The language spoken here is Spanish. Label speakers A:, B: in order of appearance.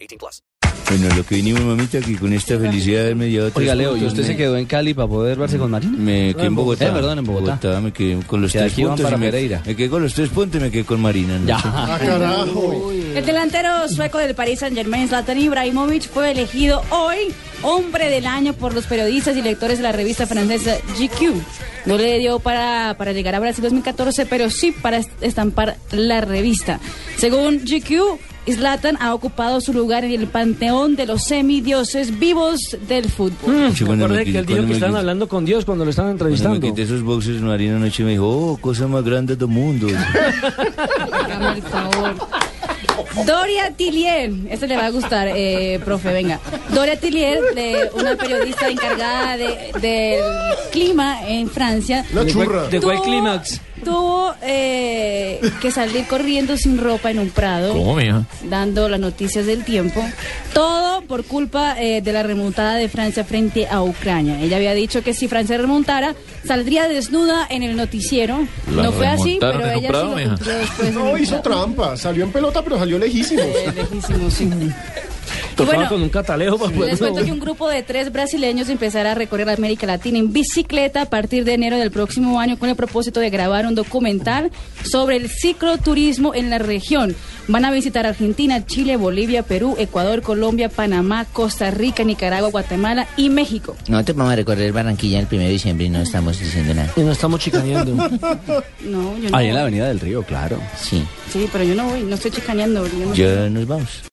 A: 18 plus.
B: Bueno, lo que vinimos, mamita, aquí con esta felicidad de haberme llevado tres
C: Oiga, Leo, ¿y
B: puntos,
C: usted
B: me-
C: se quedó en Cali para poder verse con Marina?
B: Me quedé en Bogotá.
C: Eh, perdón, en Bogotá.
B: me quedé con los
C: Que
B: tres
C: aquí van
B: puntos.
C: para
B: y me,
C: Pereira.
B: me quedé con los tres puntos y me quedé con Marina. ¿no?
C: Ya.
D: El delantero sueco del Paris Saint-Germain, Zlatan Ibrahimovic, fue elegido hoy hombre del año por los periodistas y lectores de la revista francesa GQ. No le dio para, para llegar a Brasil 2014, pero sí para est- estampar la revista. Según GQ, Zlatan ha ocupado su lugar en el panteón de los semidioses vivos del fútbol.
B: Sí, cuando
E: Recuerde
B: me
E: que
B: quité-
E: él dijo
B: cuando
E: que
B: me
E: estaban
B: quité-
E: hablando con Dios cuando lo estaban
B: cuando me
E: entrevistando.
B: quité esos boxes, Marina anoche me dijo, oh, cosa más grande del mundo.
D: Hágame el favor. Doria Tillier, este le va a gustar, eh, profe, venga. Doria Tillier, de una periodista encargada de- del clima en Francia.
F: La churra.
C: ¿De cuál
D: tuvo-
C: clímax?
D: Tuvo eh, que salir corriendo sin ropa en un prado. Dando las noticias del tiempo. Todo por culpa eh, de la remontada de Francia frente a Ucrania. Ella había dicho que si Francia remontara, saldría desnuda en el noticiero. no fue así, pero ella sí lo cumplió después. en
F: No,
D: el
F: hizo
D: prado.
F: trampa. Salió en pelota, pero salió lejísimos.
D: Eh, lejísimo, sí. Y
E: Tocaba
D: bueno,
E: con un catalejo para poder-
D: les cuento que un grupo de tres brasileños empezará a recorrer América Latina en bicicleta a partir de enero del próximo año con el propósito de grabar un documental sobre el cicloturismo en la región. Van a visitar Argentina, Chile, Bolivia, Perú, Ecuador, Colombia, Panamá, Costa Rica, Nicaragua, Guatemala y México.
G: No te vamos a recorrer Barranquilla el 1 de diciembre y no estamos diciendo nada.
E: Y no estamos chicaneando.
D: No, yo no.
E: Ah,
C: Ahí en la Avenida del Río, claro.
G: Sí.
D: Sí, pero yo no voy, no estoy chicaneando. yo no-
B: ya nos vamos.